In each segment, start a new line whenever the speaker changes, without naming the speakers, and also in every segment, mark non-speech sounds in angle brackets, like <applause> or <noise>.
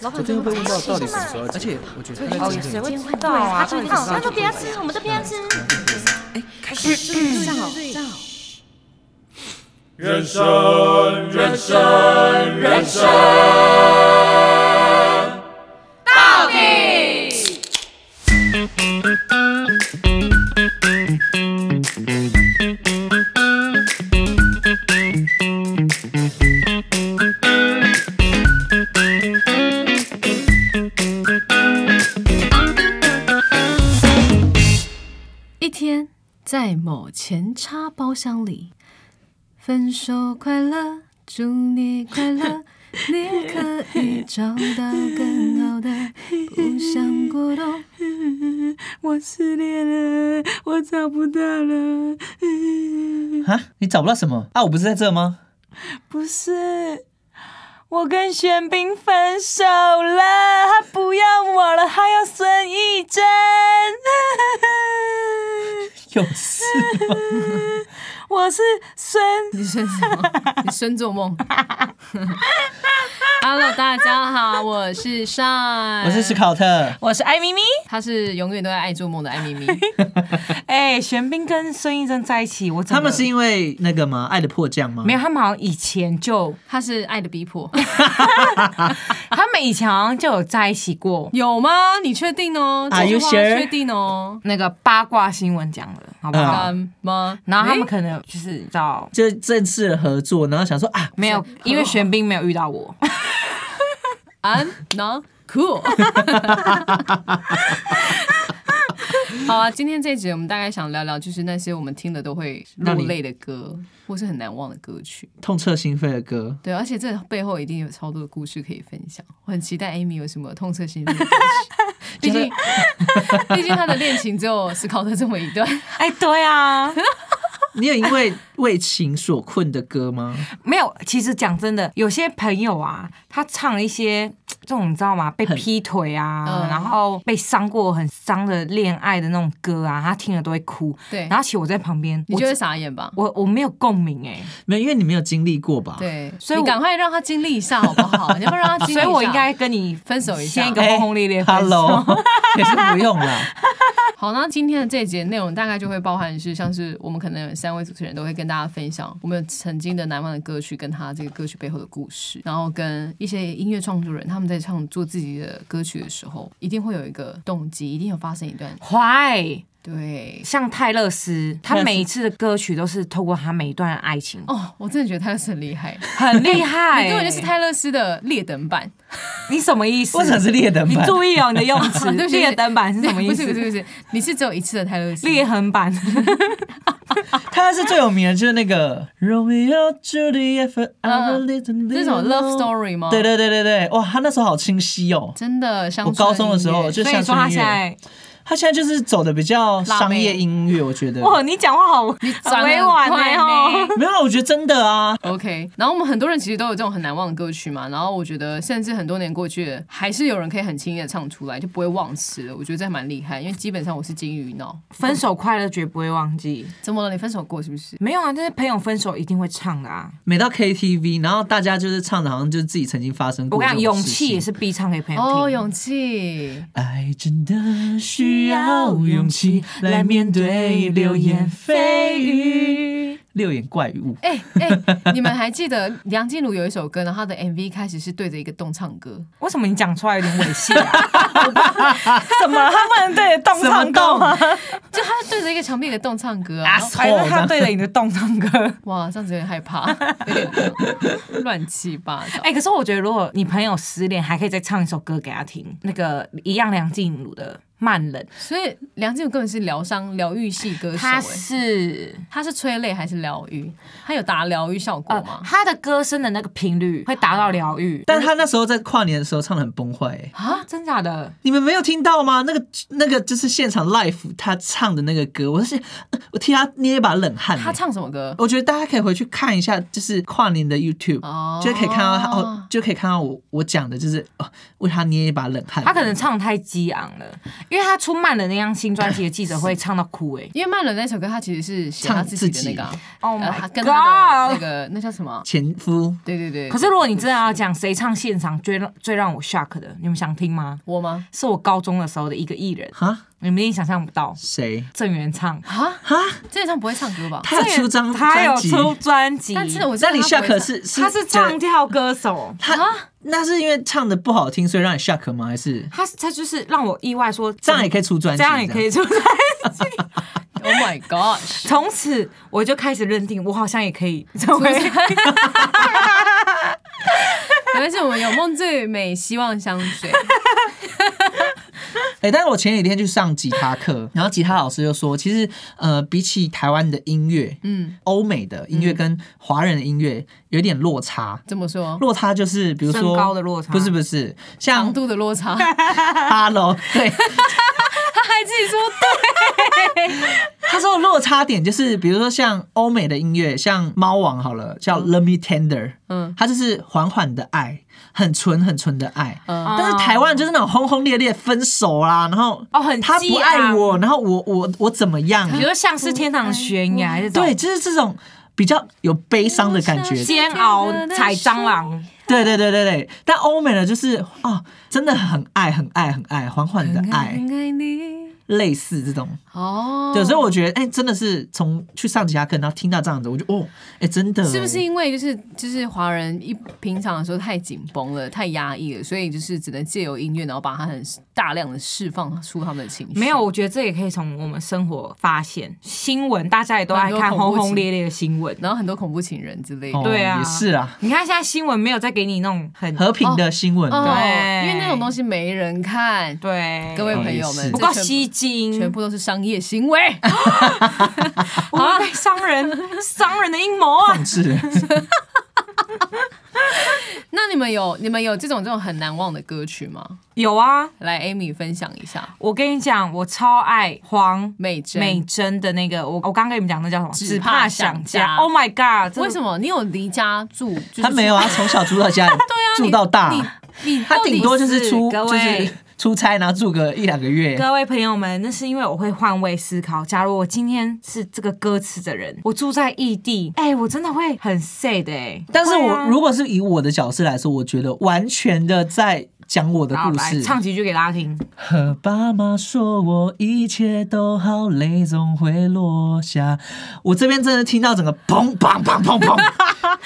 老板
昨天又被问到
怎么
到
这
底什么
么
时候要结婚，我觉得
急
他
哦
在
也谁
今天
会
今天
知道啊？他
他们
们
都不要吃，我们都不要吃。
开始站好，站好。
人生，人生，人生。
一天，在某前叉包厢里，分手快乐，祝你快乐， <laughs> 你可以找到更好的，不想 <laughs> 过冬。
我失恋了，我找不到了。
啊，你找不到什么啊？我不是在这吗？
不是，我跟玄彬分手了，他不要我了，还要孙艺珍。
<laughs> 有事吗？
<laughs> 我是孙
你生什么？你生做梦 <laughs> ？Hello，大家好，我是善，
我是史考特。
我是艾咪咪。
他是永远都在爱做梦的艾咪 <laughs> 咪。
哎、玄彬跟孙艺珍在一起，我整个
他们是因为那个吗？爱的迫降吗？
没有，他们好像以前就，
他是爱的
<laughs>
逼迫，
他们以前好像就有在一起过。
有吗？你确定哦？
Are
这句话
you sure？
确定哦？
那个八卦新闻讲了，好不好？
嗯吗？
然后他
诶
们可能就是到
就正式的合作，然后想说啊，
没有，因为玄彬没有遇到我。
I'm not cool 。好啊，今天这一集我们大概想聊聊，就是那些我们听了都会落
让你
泪的歌，或是很难忘的歌曲。
痛彻心扉的
<laughs>
歌。
对，而且这背后一定有超多的故事可以分享。我很期待 Amy 有什么痛彻心扉的故事，毕竟， <laughs> 毕竟她的恋情只有思考的这么一段。
哎、对啊，
你有因为为情所困的歌吗？
<laughs> 没有。其实讲真的，有些朋友啊，他唱一些这种你知道吗？被劈腿啊，
嗯
然后被伤过很伤的恋爱的那种歌啊，他听了都会哭。
对
然后其实我在旁边，
你
我
就会傻眼吧？
我我没有共鸣哎、
没有，因为你没有经历过吧？，
对，所
所
以
以
你
我
赶快让他经历一下好不好？你要不要让他经历一
所
下？
以我应该跟你
分手一下
先一个轰轰烈烈分手。
哎
<laughs>
Hello，也是不用啦。
好，那今天的这一节内容大概就会包含是，像是我们可能有三位主持人都会跟大家分享我们曾经的难忘的歌曲，跟他这个歌曲背后的故事，然后跟一些音乐创作人他们在创作自己的歌曲的时候，一定会有一个动机，一定有发生一段
Why？
对。
像泰勒斯，
泰
他
勒斯
每一次的歌曲都是透过他每一段的爱情，
哦，我真的觉得泰勒斯很厉害，
很厉害、
<laughs> 你根本就是，泰勒斯的劣等版。
<laughs> 你什么意思？
为什么是劣等
你
版？
注意哦，你的用词，
<laughs>
<laughs>
对不起
劣等版是什么意
不是不是
思？
不是， <laughs> 你是只有一次的泰勒斯。
裂痕版，
他是最有名的，就是那个 Romeo Juliet
啊
forever
嗯
little
这种 love story 吗？
对对对对对，哇，他那时候好清晰哦。
真的，乡
我
村
高中的时
音
候 <laughs>
乐
就
所以
乡
你说
村
他
音
现
乐，
在，
他现在就是走的比较
辣
商
妹
业音乐，我觉
<laughs>
得。
哇，你讲话好
你
好
转
委婉
很快
呢哦。
<laughs>
呢
没有啊，我觉得真的啊，
OK，然后我们很多人其实都有这种很难忘的歌曲嘛，然后我觉得甚至很多年过去了，还是有人可以很轻易的唱出来，就不会忘词了。我觉得这还蛮厉害，因为基本上我是金鱼脑。
分手快乐绝不会忘记，
怎么了？你分手过是不是？
没有啊，但是朋友分手一定会唱的啊。
每到 KTV，然后大家就是唱的，好像就是自己曾经发生
我
过
跟你
这
讲，
种
勇
事
气
情
也是必唱给朋友听。
哦，勇气，
爱真的需要勇气来面对流言蜚语、流言怪物。
哎、哎、你们还记得梁静茹有一首歌，然后她的 MV 开始是对着一个洞唱歌，
为什么你讲出来有点猥亵啊？
<laughs>
怎么他不能对着洞唱歌吗？
就她对着一个墙壁一个洞唱歌啊，然后
还是他对着你的洞唱歌？
哇，这样子有点害 <laughs> 怕，有点乱七八糟。
哎、可是我觉得，如果你朋友失恋，还可以再唱一首歌给他听，那个一样梁静茹的《慢冷
所以梁静茹根本是疗伤、疗愈系歌》，手、
他
哎。
是
它是催泪还是疗愈？它有达疗愈效果
呃
吗，？
他的歌声的那个频率会达到疗愈。
但他那时候在跨年的时候唱的很崩坏、欸，
啊，真假的？
你们没有听到吗？那个那个就是现场 l i f e 他唱的那个歌，我是呃我替他捏一把冷汗、
它
欸。
唱什么歌？
我觉得大家可以回去看一下，就是跨年的 YouTube，、
哦
就可以看到他哦哦，就可以看到我我讲的，就是哦，为他捏一把冷汗。
他可能唱太激昂了，因为他出慢了那张新专辑的记者会唱到哭哎、
因为慢了那首歌，他其实是写他自己的那个、啊，
Oh
呃
my
他跟他的
God
那个那叫什么啊？
前夫
对对对，
可是如果你真的要讲谁唱现场最让最让我 shock 的，你们想听吗？
我吗？
是我高中的时候的一个艺人，
哈
你们一定想象不到，
谁
郑元畅。
啊，
哈？
这唱不会唱歌吧？
他有出张
他有
专辑，
出专辑，
但是我知道
那你
他
下
不会
课
唱
是是
他是唱啊跳歌手，
他那是因为唱的不好听，所以让你下课吗？还是
他他就是让我意外说
这样也可以出专辑？
这样也可以出专辑。
Oh my
<laughs>
gosh！
<laughs> 从此我就开始认定，我好像也可以成为 <laughs>
而且我 <laughs> 们有梦最美，希望香水。
哎、但是我前几天去上吉他课， <laughs> 然后吉他老师就说，其实呃，比起台湾的音乐，
嗯，
欧美的音乐跟华人的音乐有点落差。
怎
<laughs>
么说？
落差就是比如说
身高的落差
不是不是，
长
像
度的
<laughs>
落差，他
Hello，对，
还自己说对，
他说的落差点就是比如说像欧美的音乐，像猫王好了，叫 Love Me Tender，
嗯
它就是缓缓的爱，很纯很纯的爱。
嗯
但是台湾就是那种轰轰烈烈分手啦，然后
哦很
他不
激
爱
昂
我，然后我我我怎么样？
比如像是天堂悬崖这种，
对，，就是这种比较有悲伤的感觉。
煎熬踩蟑螂，
对对对对对，但欧美的就是哦，真的很爱很爱很爱，缓缓的爱，
爱你
类似这种。
哦。
对，所以我觉得，哎、真的是从去上吉他课，然后听到这样子，我就哦，哎、真
嗯
的，
是不是？因为就是就是华人一平常的时候太紧绷了，太压抑了，所以就是只能借由音乐，然后把它很大量的释放出他们的情绪。
没有，，我觉得这也可以从我们生活发现新闻，大家也都爱
很
看
多恐怖
轰轰
情
烈烈的新闻。
然后很多恐怖情人之类的。
哦、
对啊
也是啊，
你看现在新闻没有再给你那种很
和平的新闻，
哦，
对
因为那种东西没人看。
对，
各位朋友
哦也是
们，
不够
这全
吸睛，
全部都是商业行为。 <laughs>
啊，商人商人的阴谋
<laughs>
啊！
控制。
<laughs>
那你们有你们有这种这种很难忘的歌曲吗？
有啊，
来，Amy 分享一下。
我跟你讲，我超爱黄
美珍，
美珍的那个，我我刚跟你们讲那叫什么？
只
只
怕
怕
想
想
家
家。Oh my god！
为什
么？
么你有离家住？就是啊
他没有啊，从小住到
<laughs>
家里，
你
啊
住到大，
你你
他
到底
顶多就是出
各
就
位
是出差，然后住个一两个月。
各位朋啊友们，那是因为我会换位思考。假如我今天是这个歌词的人，我住在异地，哎、我真的会很 sad 哎、
但是
会
我
啊
如果是以我的角色来说，我觉得完全的在讲我的
好
故
来
事。
唱几句给大家听。
和爸妈说我一切都好，泪总会落下。我这边真的听到整个砰砰砰砰
<laughs>
砰，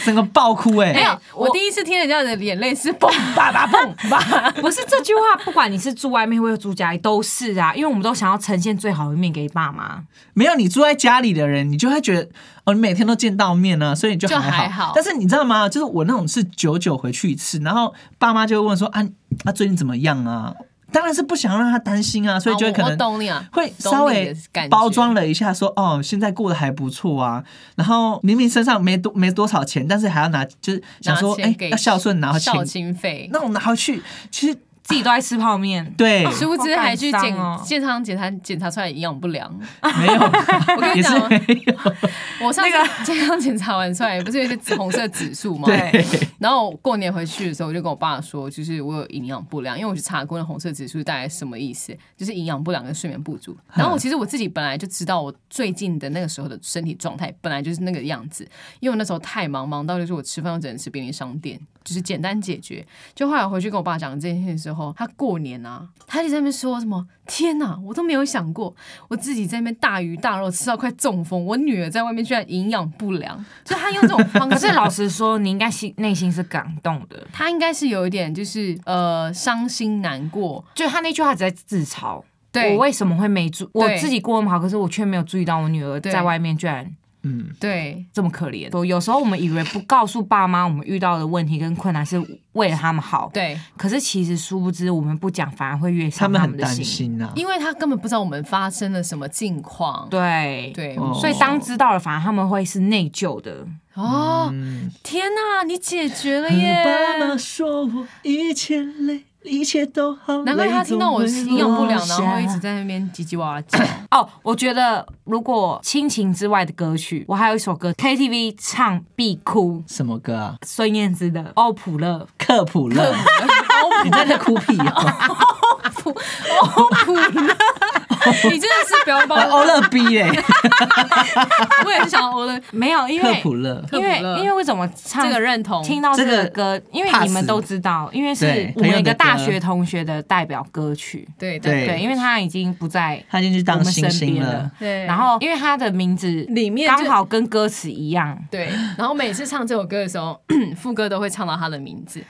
整个爆哭哎、
没有？我
我
第一次听人家的眼泪是蹦吧吧蹦吧。
不是这句话，不管你是住外面或者住家里，都是啊，因为我们都想要呈现最好的一面给爸妈。
没有，你住在家里的人，你就会觉得哦，你每天都见到面啊，所以你就
就
还好。
还好
但是你知道吗？就是我那种是久久回去一次，然后爸妈就会问说啊啊最近怎么样啊？当然是不想让他担心啊，所以就会
哦
可
我
能、
我懂你啊，
会
懂
稍
你
微
的感觉
包装了一下说，哦，现在过得还不错啊。然后明明身上没多没多少钱，但是还要拿，就是想说，
拿
哎
钱，给
要孝顺拿
孝
钱，
心费。
那我拿回去，其实
自己都在吃泡面，
对，
<laughs>
啊
殊不知还去
好
检
感伤哦
健康检查检查出来营养不
<laughs>
良。
没有，
我跟你
也是
讲 <laughs> 哦，
没有，
我上次健康检查完出来，不是有一些红色指数吗？
对，
<laughs> 然后过年回去的时候，我就跟我爸说，就是我有营养不良，因为我去查过那红色指数大概什么意思，就是营养不良跟睡眠不足。然后我其实我自己本来就知道我最近的那个时候的身体状态本来就是那个样子，因为我那时候太忙，忙到就是我吃饭我只能吃便利商店，就是简单解决。就后来回去跟我爸讲这件事的时候，他过年啊，他就在那边说什么：“天哪，我都没有想过我自己在那边大鱼大肉吃到快中风，我女儿在外面居然营养不良。”就他用这种方
可
式
是老实说，你应该心内心是感动的。
他应该是有一点就是呃伤心难过，
就他那句话只在自嘲，
对
我为什么会没注？我
对
自己过那么好，可是我却没有注意到我女儿
对
在外面居然
嗯，
对
这么可怜。有时候我们以为不告诉爸妈我们遇到的问题跟困难是为了他们好，
对，
可是其实殊不知我们不讲反而会越
他
伤
们很
们的
担
心。
心啊。
因为他根本不知道我们发生了什么境况，
对，
对
哦
所以当知道了，反而他们会是内疚的。
哦，
嗯，
天哪，你解决了
和爸妈
啊
耶！
说我一切累，一切都好，
难怪他听到我
泪总会
营养不
落
良，然
下
后一直在那边叽叽哇啦叫。
哦，我觉得如果亲情之外的歌曲，我还有一首歌 KTV 唱必哭，
什么歌啊？
孙哦燕姿的《欧普勒》。
<laughs>
克普勒，你在那哭屁哦。
普欧普呢？你真的是不要帮
欧乐 B 嘞，
我，我也是想要欧乐，
没有，因
特
为
普勒，
特
因
普
为
勒
因为为什么唱
这个认同
听到这
哦这
个
个
歌，因为
pass
你们都知道，因为是
对
我
朋
们一
友
个
的
大
歌
学同学的代表歌曲。
对
对
对，因为他已经不在
他已经去
我
当
们
星
身
星
边
了
了。。
对，
然后因为他的名字
里面就
刚好跟歌词
<laughs>
一样，
对，然后每次唱这首歌的时候， <clears throat> 副歌都会唱到他的名字。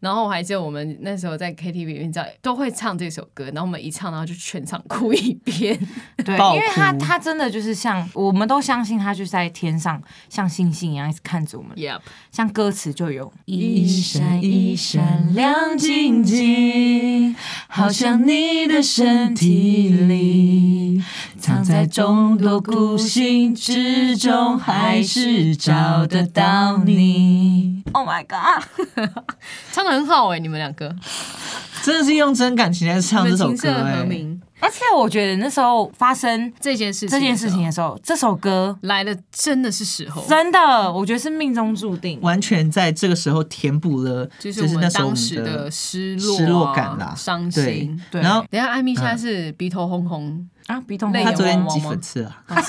然后我还记得我们那时候在 KTV 里面叫都会唱这首歌，然后我们一唱，然后就全场哭一遍。
对，
爆
因为他
哭
他真的就是像我们都相信他就是在天上像星星一样一直看着我们，
Yep，
像歌词就有
一闪一闪
亮晶晶，好
像
你的身
体里藏在众多孤星之中，还是找得到你。
Oh my god！
唱的很好哎、你们两个，
真的是用真感情在唱
你
这首
们琴
歌、
瑟和
哎，
鸣
而且我觉得那时候发生
这件事情的时
这
候，
件事情的时候，这首歌
来的真的是时候，
真的，我觉得是命中注定。
完全在这个时候填补了，
就
就是那
我们
时候我
当
们
时的失落、啊、
失落感啦，
伤
对
心。
对
然后
等一下，艾米现在是鼻头红红，
啊，鼻筒
泪
他
眼
昨
汪
天
汪
几
吗
粉刺啊？
哎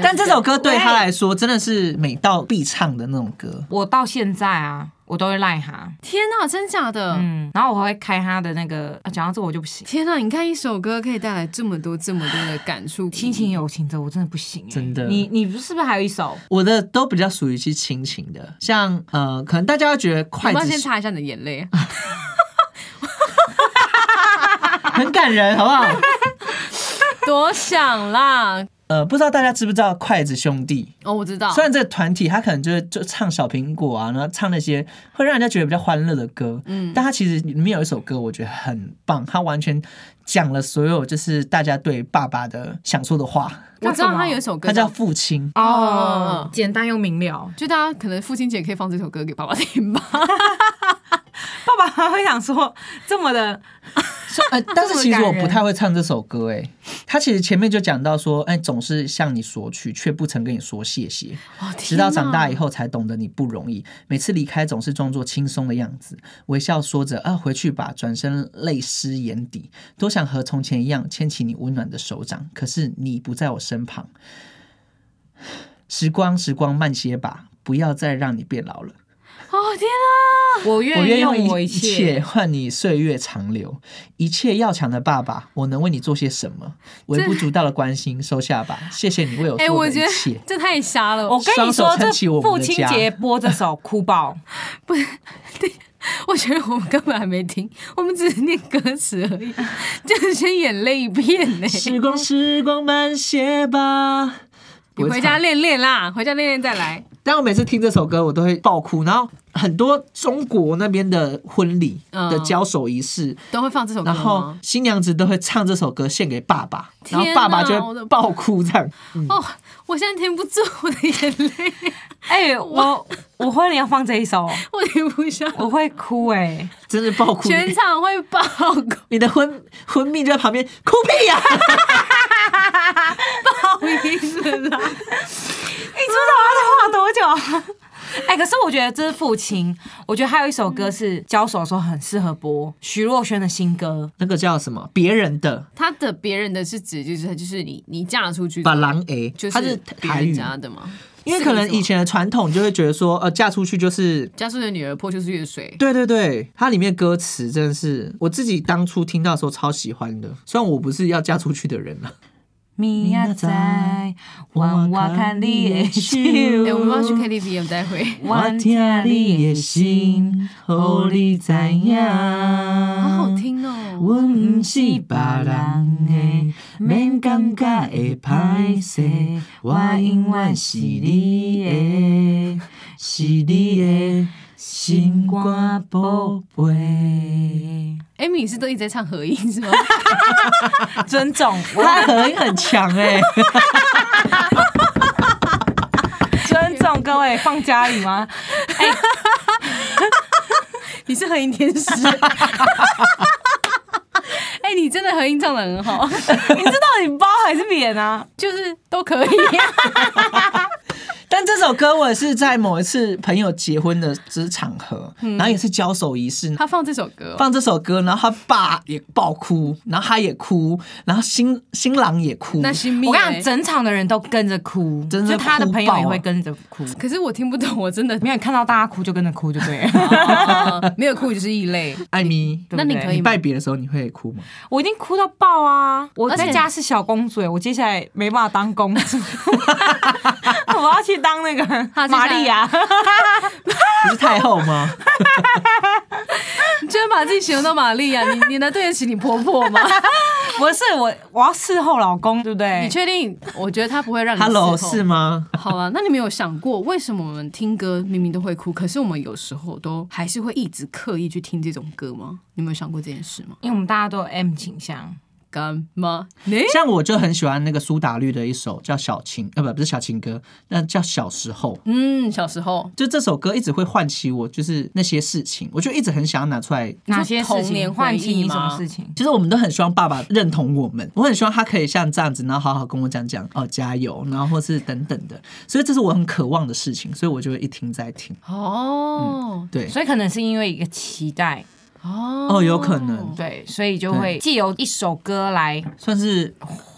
<laughs> 但这首歌对他来说真的是每到必唱的那种歌。
我到现在啊，我都会赖他，
天哪、真假的？
嗯，然后我还会开他的那个，啊讲、到这我就不行，
天哪、你看一首歌可以带来这么多、这么多的感触，
亲情友情这我真的不行、欸，
真的
你你是不是还有一首？
我的都比较属于是亲情的，像呃，可能大家会觉得
我
筷
们要
子
先
是
擦一下你的眼泪。
很感人，好不好？ <laughs>
多想啦！
呃，不知道大家知不知道筷子兄弟？
哦，我知道，
虽然这个团体他可能就是就唱小苹果啊，然后唱那些会让人家觉得比较欢乐的歌，嗯，但他其实里面有一首歌我觉得很棒，他完全讲了所有就是大家对爸爸的想说的话，
我知道
叫什么
他有一首歌
他叫父
<laughs>
亲。
嗯
哦
简单又明了，
就大家可能父亲节可以放这首歌给爸爸听吧。
爸爸还会想说这么的，
所以呃，但是其
这
实
么
我
感人
不太会唱这首歌，哎，他其实前面就讲到说，哎，总是向你索取，却不曾跟你说谢谢。
哦
直到长大以，后才懂得你不容易。每次离开总是装作轻松的样子，微笑说着啊，回去吧，转身泪湿眼底。多想和从前一样牵起你温暖的手掌，可是你不在我身旁。时光，时光慢些吧，不要再让你变老了。
天哪哦天
我
我
愿
愿
意
用
用
一
我
一
一
切
切。
换你岁月长流。一切要强的爸爸，我能为你做些什么？微不足道的关心收下吧，谢谢你为我
哪！哎，
做
我
的一
觉
切哦
得。这太瞎了。
我
我
跟你
双
说，
手撑
这
起我们
父
的
亲
家
节播这首哭爆，
我觉得我们根本还没听，我们只是念歌词而已， <laughs> 就先眼泪一片呢。
时
<laughs>
光，时光慢些吧。
你回家练练啦，回家练练再来。
但我每次听这首歌，我都会爆哭。然后很多中国那边的婚礼
嗯啊
的交手仪式，
都会放这首歌
然后
吗？
新娘子都会唱这首歌献给爸爸，
天
然后
哪
爸爸就
我的
会爆哭这样。
哦，我现在停不住我的眼泪，
<laughs> 哎、 <laughs> 我我婚礼要放这一首，
我停不下，
我会哭哎、
真的爆哭！
全场会爆哭。
你的婚婚蜜就在旁边哭屁呀、 <laughs>
你知道我要再画多久？ <laughs> 哎、可是我觉得这是父亲，我觉得还有一首歌是交手的时候很适合播，徐若瑄的新歌。
那个叫什么？别人的
他的别人的是指就是就是你你嫁出去之后
把狼诶，
就
它
是
是
别
台
人
语，
家的嘛，
因为可能以前的传统就会觉得说，呃，嫁出去就是
家出的女儿泼就是月水，
对对对，它里面歌词真的是我自己当初听到的时候超喜欢的，虽然我不是要嫁出去的人啊。
明
仔载，我看你的手
哎、我们要去 KTV，我们待会。
我听你的心，乎你知影。
好
好
好。听哦！
阮毋是别人的，免感觉会歹势。我永远是你的，是你的心肝宝贝。
艾米是都一直在唱合音是吗？
尊重，我
他合音很强哎、
欸尊重各位，放家里吗？
你是合音天使。哎、你真的合音唱的很好，
你知道你包还是扁啊？
就是都可以。
但这首歌我也是在某一次朋友结婚的之场合，
嗯
然后也是交手仪式，
他放这首歌，哦
放这首歌，然后他爸也爆哭，然后他也哭，然后新新郎也哭，
那新密哎
我跟你
嘞
讲，整场的人都跟着哭，
真的
就他的
哭
朋友也
爆
会
啊
跟着哭，
可是我听不懂，我真的
没有看到大家哭就跟着哭就对了。
啊没有哭就是异类。
艾米，
对不
那
对
你可以
你
吗
拜别的时候你会哭吗？
我一定哭到爆啊！我
而且
在家是小公主耶，欸我接下来没办法当公 <laughs> 主，我要去当那个
好接下
玛
来
利亚。
你是太后
<laughs>
吗？
你居然把自己形容到玛丽亚，你你能对得起你婆婆吗？
不是我，我要伺候老公，对不对
你？确定？我觉得她不
<laughs>
会让你
哎 Hello，
伺候
是吗？
好啊，那你们有想过，为什么我们听歌明明都会哭，可是我们有时候都还是会一直刻意去听这种歌吗？你们有想过这件事吗？
因为我们大家都有 M 倾向，
干嘛？你
像我就很喜欢那个苏打绿的一首叫《小情》，呃，不，不是《小情歌》，那叫《小时候》。
嗯，小时候
就这首歌一直会唤起我，就是那些事情，我就一直很想要拿出来。
哪些事
童年
情
回
唤
忆
起你什
吗
么事情？
其实我们都很希望爸爸认同我们，我很希望他可以像这样子，然后好好跟我讲讲哦，加油，然后或是等等的。所以这是我很渴望的事情，所以我就会一听再听。
哦、
对，
所以可能是因为一个期待，
哦
哦有可能
对，所以就会
对
借由一首歌来，
算是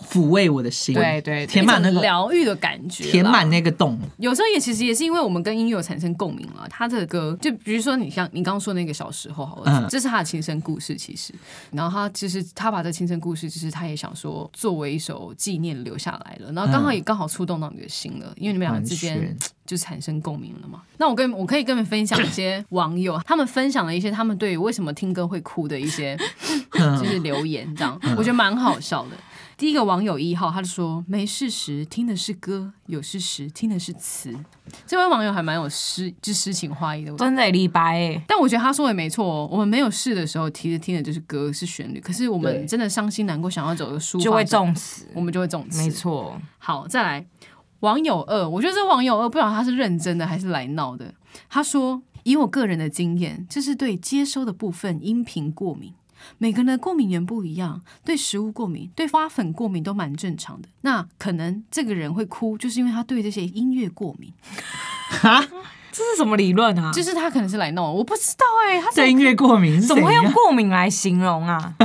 抚慰我的心，
对对对
填满那
一种
个
疗愈的感觉啦，
填满那个洞。
有时候也其实也是因为我们跟音乐有产生共鸣了。他这个歌，就比如说你像你刚刚说那个小时候好了，
嗯
这是他的亲身故事，其实。然后他其实他把这亲身故事，其实他也想说作为一首纪念留下来了。然后刚好也刚好触动到你的心了，因为你们两
完
个之间
全
就产生共鸣了嘛。那我跟我可以跟你们分享一些网友他们分享了一些他们对于为什么听歌会哭的一些就是留言这样，我觉得蛮好笑的。第一个网友一号，他就说：“没事时听的是歌，有事时听的是词。”这位网友还蛮有诗，就诗情画意的。
真的李白耶，
但我觉得他说的也没错、哦，我们没有事的时候，其实听的就是歌是旋律，可是我们
对
真的伤心难过，想要走个抒发，
就会，重词，
我们就会中词。
没错，
好，再来，网友二，我觉得这网友二不知道他是认真的还是来闹的。他说，以我个人的经验，这是对接收的部分音频过敏。每个人的过敏源不一样，对食物过敏、对花粉过敏都蛮正常的。那可能这个人会哭，就是因为他对这些音乐过敏，
哈，
这是什么理论啊？
就是他可能是来闹我，我不知道哎、他
对音乐过敏是
怎么会
样
用过敏来形容啊？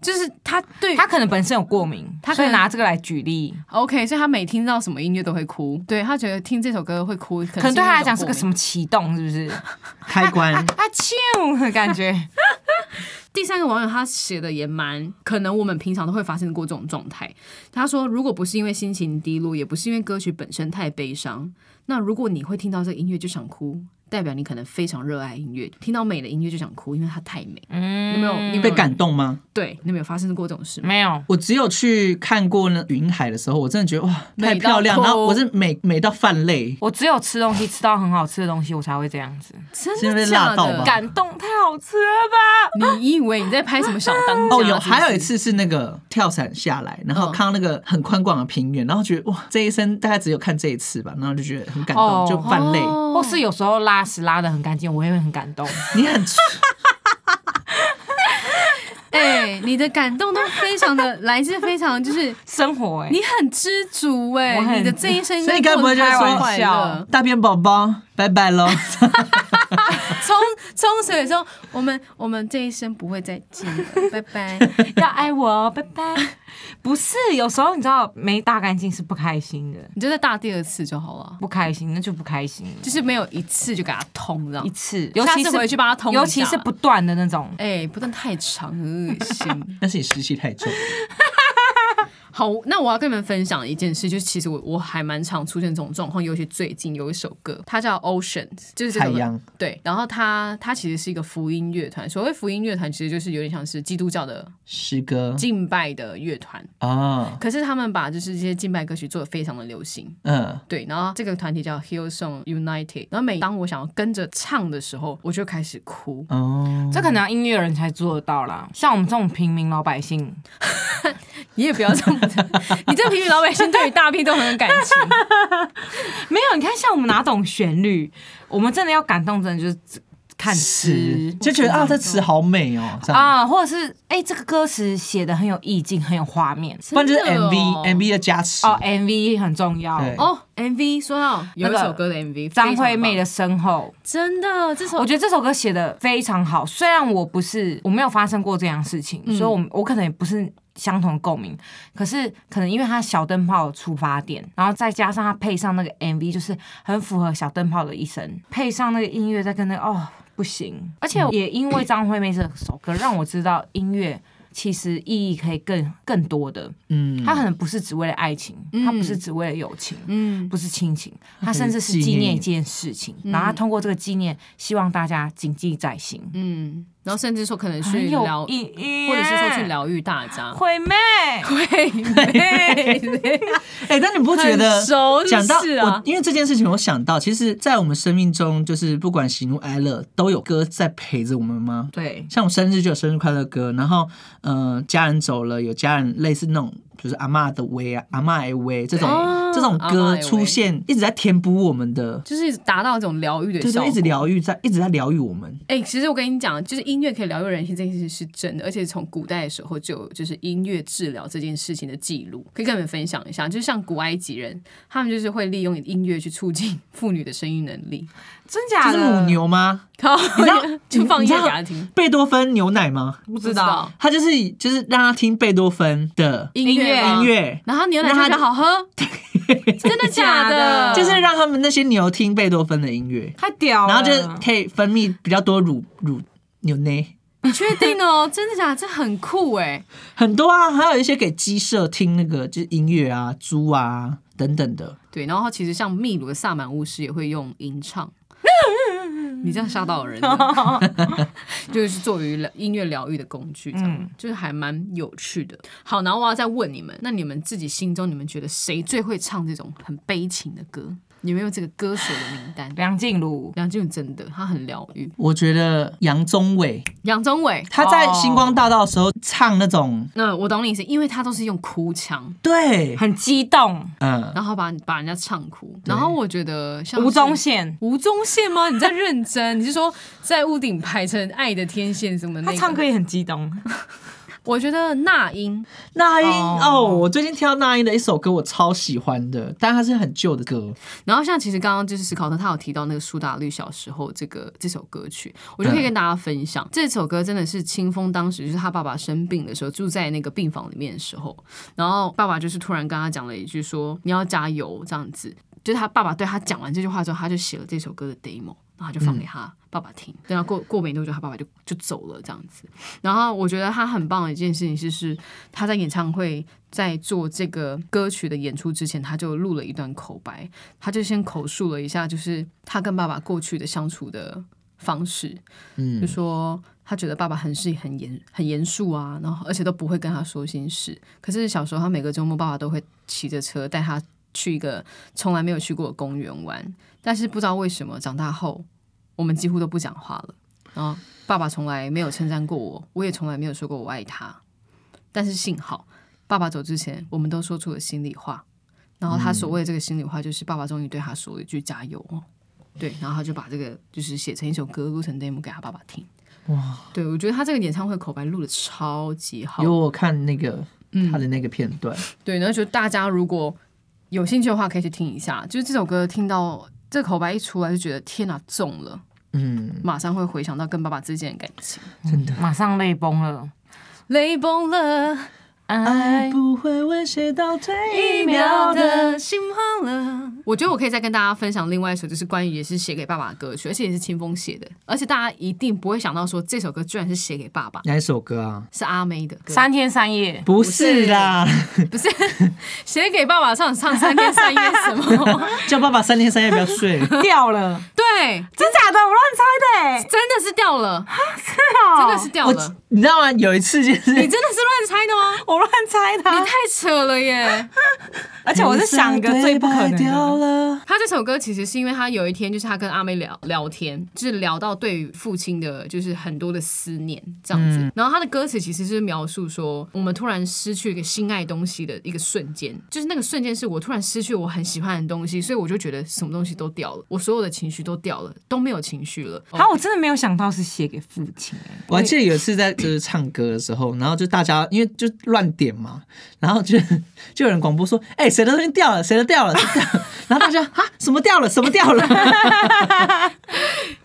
就是他对
他可能本身有过敏，
他
他
可
可
能
以拿这个来举例，
OK，所以他每听到什么音乐都会哭，对他觉得听这首歌会哭，可
可能对他来讲是个
么？
什么启动，是不是？啊
开关？
啾的感 <laughs> 觉，
第三个网友他写的也蛮，可能我们平常都会发生过这种状态。他说，如果不是因为心情低落，也不是因为歌曲本身太悲伤，那如果你会听到这个音乐就想哭，代表你可能非常热爱音乐，听到美的音乐就想哭，因为它太美。嗯，有没有？你有没
被
有？
感动吗？
对，你有没有发生过这种事吗？
没有，
我只有去看过那云海的时候，我真的觉得哇，
美
太
到
漂亮，
哭
然后我是美美到泛泪。
我只有吃东西吃到很好吃的东西，我才会这样子，
真
是
的
嗯被
假
辣到
的？
吧
<laughs> 感动太好吃了吧？
你以为你在拍什么小当家？
哦，有
是不是
还有一，次是那个跳伞下来，然后
嗯
看到那个很宽广的平原，然后觉得哇，这一生大概只有看这一次吧，然后就觉得很感
哦
动，就泛泪。
哦
或是有时候拉屎拉的很干净，我也会很感动。
你很
哎、你的感动都非常的来自非常就是。
<laughs> 生活哎、
你很知足哎、
我很
你的这一生应
所以
该
你该不会
过得
就是
太
说
快乐
大便宝宝，拜拜喽。
<laughs> 冲冲水的时候，我们我们这一生不会再见了，拜拜。 <laughs>
要爱我哦，拜拜。 <laughs> 不是，有时候你知道没大干净是不开心的，
你就再大第二次就好了，
不开心那就不开心了
就是没有一次就给他通这样
一。次，
下
尤
次
其是
回去帮他通一下
尤其是不断的那种。
哎、不但太长，很恶心。
<laughs> 但是你湿气太重，
<laughs> 好，那我要跟你们分享一件事，就是其实我我还蛮常出现这种状况，尤其最近有一首歌，它叫《Ocean》，就是这个
海洋
对，然后它它其实是一个福音乐团，所谓福音乐团，其实就是有点像是基督教的
诗歌
敬拜的乐团，
啊，
可是他们把就是这些敬拜歌曲做的非常的流行，
嗯，
对，然后这个团体叫 Hillsong United，然后每当我想要跟着唱的时候，我就开始哭。
哦，
这可能要音乐人才做得到啦，像我们这种平民老百姓，
你也不要这么， <laughs> 你这平民老百姓对于大便都很有感
<laughs>
情。
哦没有，你看，像我们哪懂旋律？我们真的要感动，真的就是看
词
词，
就觉得啊，这词好美哦，这样。
啊，或者是哎、这个歌词写的很有意境，很有画面
不然就是
真的哦
MV，MV 的加持
哦。MV 很重要，
对
哦，MV 说到有一
那个
首歌的 MV，
张惠妹的
非
《身后》。
常棒，真的这首
我觉得这首歌写的非常好，虽然我不是我没有发生过这样的事情，所以
嗯
我我可能也不是相同的共鸣，可是可能因为它小灯泡的出发点，然后再加上它配上那个 MV，就是很符合小灯泡的一生，配上那个音乐，再跟那个哦不行，而
嗯
且也因为张惠妹这首歌，让我知道音乐。其实意义可以更更多的，
嗯，
它可能不是只为了爱情，它不是只为了友情，
嗯，
不是亲情，他
可以
甚至是
纪
纪
念
念
你
一件事情，然后他通过这个纪念，希望大家谨记在心，
嗯，然后甚至说可能去
很有
疗，
意义，
或者是说去。疗愈大家。
<laughs> 惠妹，
会妹妹，
哎、但你不 <laughs> 觉得
很熟
讲到
是啊
我，因为这件事情，我想到，其实，在我们生命中，就是不管喜怒哀乐，都有歌在陪着我们吗？
对，
像我生日就有生日快乐歌，然后，呃，家人走了，有家人类似那种，就是阿嬷的微啊，阿嬷的微这种、
哦
这种
阿嬷
歌
的微
出现，一直在填补我们的，
就是达到一种疗愈的
就是
效果，
一直疗愈在，一直在疗愈我们。
哎、其实我跟你讲，就是音乐可以疗愈人心这件事是真的，而且从古代的时候就有就是音乐治疗这件事情的记录，可以跟你们分享一下。就是像古埃及人，他们就是会利用音乐去促进 <laughs> 妇女的生育能力，
真
这
假
是
的？
母牛吗？
<laughs> 好，就放
你
音
知
乐
道
给他听，
贝多芬牛奶吗？
不
知道
他就是就是让他听贝多芬的
音乐吗
音，乐，
然后牛奶
让
就
他
比较好喝，真的假的？
就是让他们那些牛听贝多芬的音乐。
太屌了！
然后就是可以分泌比较多乳乳牛奶，
你确定哦？真的假的？这很酷哎、
很多啊，还有一些给鸡舍听那个就是音乐啊、猪啊等等的。
对，然后其实像秘鲁的萨满巫师也会用吟
<laughs>
唱。你这样吓到人了，就是作为疗音乐疗愈的工具，这样、
嗯
就是还蛮有趣的。好，然后我要再问你们，那你们自己心中，你们觉得谁最会唱这种很悲情的歌？你们有这个歌手的名单？
梁静茹，
梁静茹真的，她很疗愈。
我觉得杨宗纬
杨宗纬，
他在
哦
星光大道的时候唱那种，
那我懂你意思，因为他都是用哭腔，
对，
很激动，
嗯，
然后把把人家唱哭。然后我觉得像
吴宗
宪。
宪，
吴宗宪吗？你在认真？你是说在屋顶排成《爱的天线》什么那
他
个？
唱歌，也很激动，
我觉得那英
那英
哦
哦，我最近听到那英的一首歌，我超喜欢的，但它是很旧的歌，
然后像其实刚刚就是史考特他有提到那个苏打绿小时候这个这首歌曲，我就可以跟大家分享，这首歌真的是清风当时就是他爸爸生病的时候住在那个病房里面的时候，然后爸爸就是突然跟他讲了一句说你要加油这样子，就是他爸爸对他讲完这句话之后，他就写了这首歌的 demo，然后他就放给他爸爸听，然后过过没多久他爸爸就就走了这样子，然后我觉得他很棒的一件事情就是他在演唱会。在做这个歌曲的演出之前，他就录了一段口白，他就先口述了一下，就是他跟爸爸过去的相处的方式，
嗯
就说他觉得爸爸很是很严很严肃啊，然后而且都不会跟他说心事。可是小时候，他每个周末爸爸都会骑着车带他去一个从来没有去过的公园玩，但是不知道为什么长大后我们几乎都不讲话了。然后爸爸从来没有称赞过我，我也从来没有说过我爱他。但是幸好，爸爸走之前，我们都说出了心里话。然后他所谓的这个心里话，就是爸爸终于对他说了一句“加油”哦，对，然后他就把这个就是写成一首歌，录成 demo 给他爸爸听。哇，对我觉得他这个演唱会口白录的超级好
有，我看那个他的那个片段，
对，然后就大家如果有兴趣的话，可以去听一下。就是这首歌听到这口白一出来，就觉得天哪，中了，
嗯，
马上会回想到跟爸爸之间的感情，
<laughs> 马上泪崩了。
泪崩了，
爱不会为谁倒退一
一
秒
秒
的。
的心慌了。我觉得我可以再跟大家分享另外一首，就是关于也是写给爸爸的歌曲，而且也是清风写的，而且大家一定不会想到说这首歌居然是写给爸爸，
哪一首歌啊？
是阿妹的歌，
三天三夜，
不是啦，
不是 <laughs> 写给爸爸唱唱三天三夜什 <laughs> 么？
叫爸爸三天三夜不要睡。
掉了，
对，
真假的？我乱猜的欸，
真的是掉了，真
真
的是哦掉
我
了。
你知道吗？有一次就
你
是
真的是乱猜的吗？
啊我乱猜的
你
啊，
太扯了耶！
而且我是想一个最不可
人
能
生对白掉
的，
了。
他这首歌其实是因为他有一天就是他跟阿妹聊聊天，就是聊到对于父亲的，就是很多的思念这样子。然后他的歌词其实是描述说，我们突然失去一个心爱东西的一个瞬间，就是那个瞬间是我突然失去我很喜欢的东西，所以我就觉得什么东西都掉了，我所有的情绪都掉了，都没有情绪了。哦
啊，我真的没有想到是写给父亲、欸
我还记得有一次在就是唱歌的时候，然后就大家因为就乱点嘛，然后就 <laughs> 就有人广播说：“哎、谁的东西掉了？谁的掉了？”谁的掉了然后大家啊，什么掉了？什么掉了？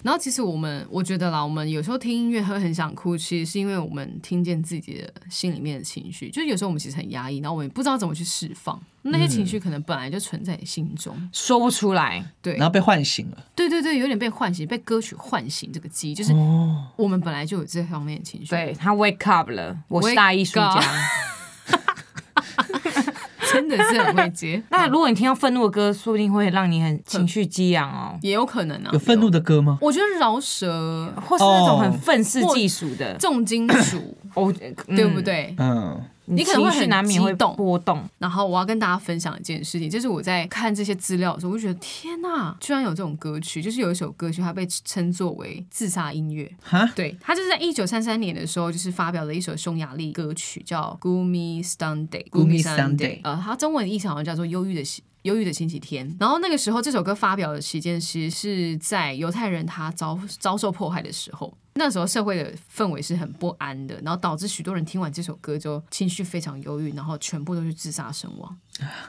然后其实我们我觉得啦，我们有时候听音乐会很想哭，其实是因为我们听见自己的心里面的情绪，就是有时候我们其实很压抑，然后我们也不知道怎么去释放那些情绪，可能本来就存在你心中。
说不出来，
<laughs> 对
然后被唤醒了。
对对对，有点被唤醒，被歌曲唤醒这个记忆，就是我们本来就有这方面的情绪。
哦对，他 wake up 了，我是
Wake
大艺术
up
家。，
真的是很会接
<laughs> 那如果你听到愤怒的歌，说不定会让你很情绪激昂哦，
也有可能啊，
有愤怒
的。
的歌吗？
我觉得饶舌、
或是那种很
哦
愤世嫉俗的，
重金属，
哦，
对
对
不？对？
嗯，
你
可能会
情绪
很
难免会
激动
波动，
然后我要跟大家分享一件事情，就是我在看这些资料的时候，我就觉得天呐，居然有这种歌曲！就是有一首歌曲，它被称作为自杀音乐。
哈，
对，它就是在一九三三年的时候，就是发表了一首匈牙利歌曲，叫《Gloomy Sunday》。
Gloomy Sunday
呃，它中文意思好像叫做“忧郁的星”。忧郁的星期天，然后那个时候这首歌发表的期间，其实是在犹太人他遭遭受迫害的时候。那时候社会的氛围是很不安的，然后导致许多人听完这首歌之后情绪非常忧郁，然后全部都是自杀身亡。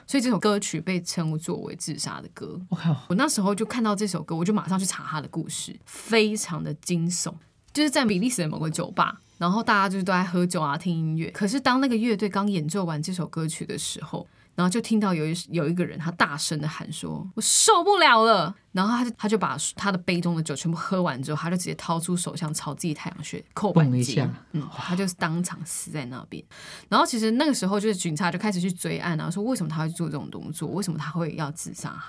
所以这首歌曲被称作为自杀的歌。
我靠，
我那时候就看到这首歌，我就马上去查他的故事，非常的惊悚，就是在比利时的某个酒吧。然后大家就是都在喝酒啊，听音乐。可是当那个乐队刚演奏完这首歌曲的时候，然后就听到有一有一个人，他大声的喊说：“我受不了了！”然后他就他就把他的杯中的酒全部喝完之后，他就直接掏出手枪朝自己太阳穴扣扳
蹦了一
机
下，
嗯，他就是当场死在那边。然后其实那个时候就是警察就开始去追案啊，说为什么他会做这种动作，为什么他会要自杀、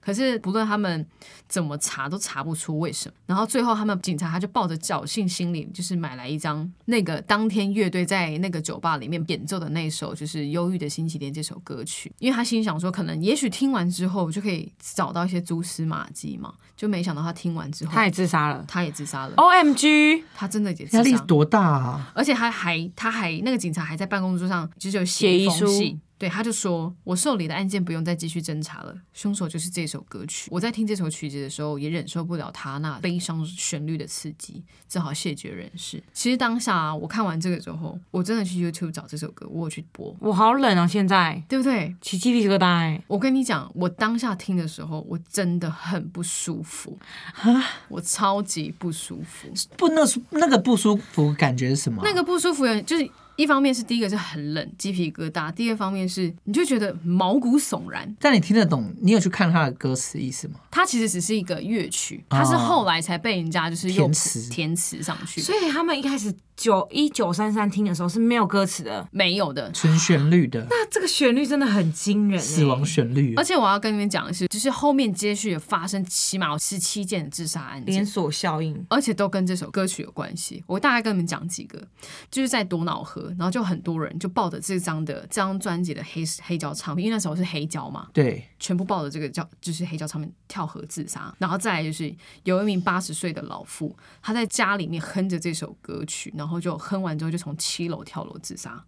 可是不论他们怎么查都查不出为什么。然后最后他们警察他就抱着侥幸心理，就是买来一张那个当天乐队在那个酒吧里面演奏的那首就是《忧郁的星期天》这首歌曲，因为他心想说可能也许听完之后就可以找到一些蛛丝马迹嘛，就没想到他听完之后
他也自杀了
他也自杀了，
，O M G，
他真的也自
压力
杀。
多大啊！
而且他还他还那个警察还在办公桌上就是有
写
写
遗
一封
书
信，对，他就说我受理的案件不用再继续侦查了，凶手就是这首歌曲。我在听这首曲子的时候，也忍受不了他那悲伤旋律的刺激，只好谢绝人世。其实当下、啊、我看完这个之后，我真的去 YouTube 找这首歌，我有去播，
我好冷哦，现在
对不对？
起鸡皮疙瘩哎，
我跟你讲，我当下听的时候，我真的很不舒服，我超级不舒服。
不，那那个不舒服感觉是什么啊？
那个不舒服有，就是一方面是第一个是很冷，鸡皮疙瘩；第二方面是你就觉得毛骨悚然。
但你听得懂？你有去看他的歌词意思吗？
它其实只是一个乐曲，它是后来才被人家就是用
填词
填词上去，
所以他们一开始九一九三三听的时候是没有歌词的，
没有的。
纯旋律的
那这个旋律真的很惊人、欸，
死亡旋律
而，且我要跟你们讲的是，就是后面接续有发生起码有十七件的自杀案件
连，锁效应，
而且都跟这首歌曲有关系。我大概跟你们讲几个，就是在多瑙河，然后就很多人就抱着这张的这张专辑的黑黑胶唱片，因为那时候是黑胶嘛，
对，
全部抱着这个叫就是黑胶唱片跳河自杀，然后再来就是有一名八十岁的老妇，她在家里面哼着这首歌曲，然后就哼完之后就从七楼跳楼自杀。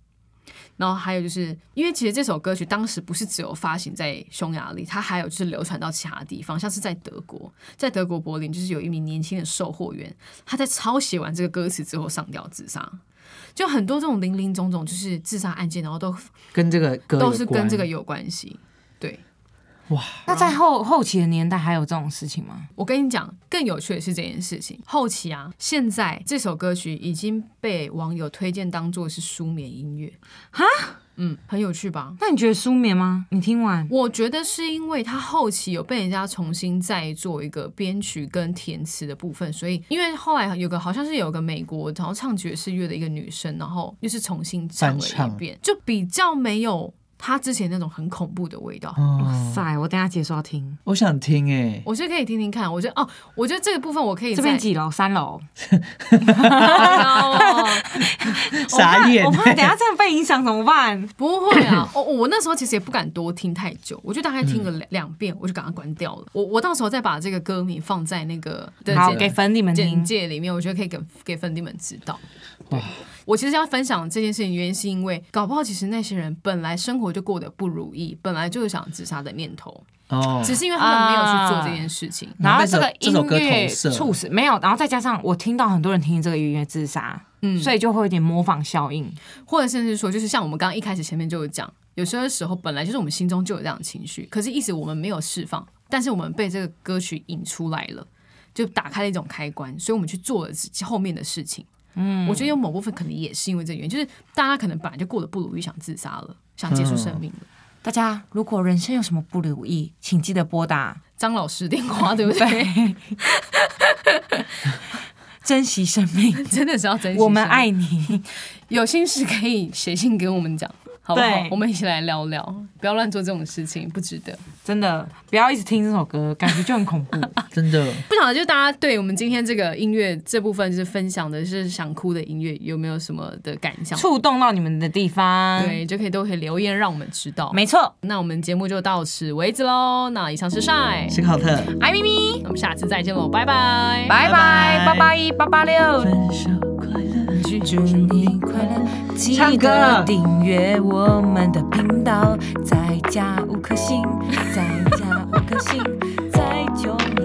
然后还有就是，因为其实这首歌曲当时不是只有发行在匈牙利，它还有就是流传到其他地方，像是在德国，在德国柏林，就是有一名年轻的售货员，他在抄写完这个歌词之后上吊自杀。就很多这种零零总总就是自杀案件，然后都
跟这个歌有
都是跟
关
这个有关系，对。
那在后后期的年代还有这种事情吗？
我跟你讲，更有趣的是这件事情。后期啊，现在这首歌曲已经被网友推荐当做是舒眠音乐
哈，
嗯，很有趣吧？
那你觉得舒眠吗？你听完
哦
我觉得是因为它后期有被人家重新再做一个编曲跟填词的部分，所以因为后来有个好像是有个美国然后唱爵士乐的一个女生，然后又是重新唱了
翻唱
一遍，就比较没有她之前那种很恐怖的味道。
哦
哇，塞，我等一下结束要听。
我想听哎、
我觉得可以听听看，我觉得哦，我觉得这个部分我可以
这边
在
几楼？三楼。
好高哦
傻眼欸
我怕我怕等下真的被影响怎么办？
不会啊，
嗯
我我那时候其实也不敢多听太久，我就大概听了两两遍，我就赶快关掉了。我我到时候再把这个歌名放在那个的
好，嗯
简
给粉底们
简
听。
介里面，我觉得可以给给粉底们知道。
哇
我其实要分享这件事情，原因是因为搞不好其实那些人本来生活就过得不如意，本来就有想自杀的念头，
嗯
哦，
只是因为他们没有去
啊
做这件事情。
然
然
后
后被这这
这个
首
音
歌
乐
投射
促使没有，然后再加上我听到很多人听这个音乐自杀，
嗯
所以就会有点模仿效应。
或者甚至说，就是像我们刚刚一开始前面就有讲，有些时候本来就是我们心中就有这样的情绪，可是一直我们没有释放，但是我们被这个歌曲引出来了，就打开了一种开关，所以我们去做了后面的事情。嗯，我觉得有某部分可能也是因为这个原因，就是大家可能本来就过得不如意，想自杀了，想结束生命了。
大家如果人生有什么不如意，请记得拨打
张老师电
哦
话对不对？
<laughs> 珍惜生 <laughs> 命，
<laughs> 真的是要珍惜。
我们，爱你。
有心事可以写信给我们讲，好不好
对？
我们一起来聊聊，不要乱做这种事情，不值得。
真的，不要一直听这首歌，感觉就很恐怖。 <laughs>
真的
不晓得，就是大家对我们今天这个音乐这部分，就是分享的是想哭的音乐，有没有什么的感想？
触动到你们的地方，，
对，就可以都可以留言让我们知道。
啊没错。
那我们节目就到此为止喽。那以上是晒，
辛好特。
爱咪咪，我们下次再见喽，拜拜，
拜拜，
拜
八
拜
八一八八六，
分手快乐，
祝你快乐，记
唱歌
得订阅我们的频道，再加五颗星，再加五颗星，再就。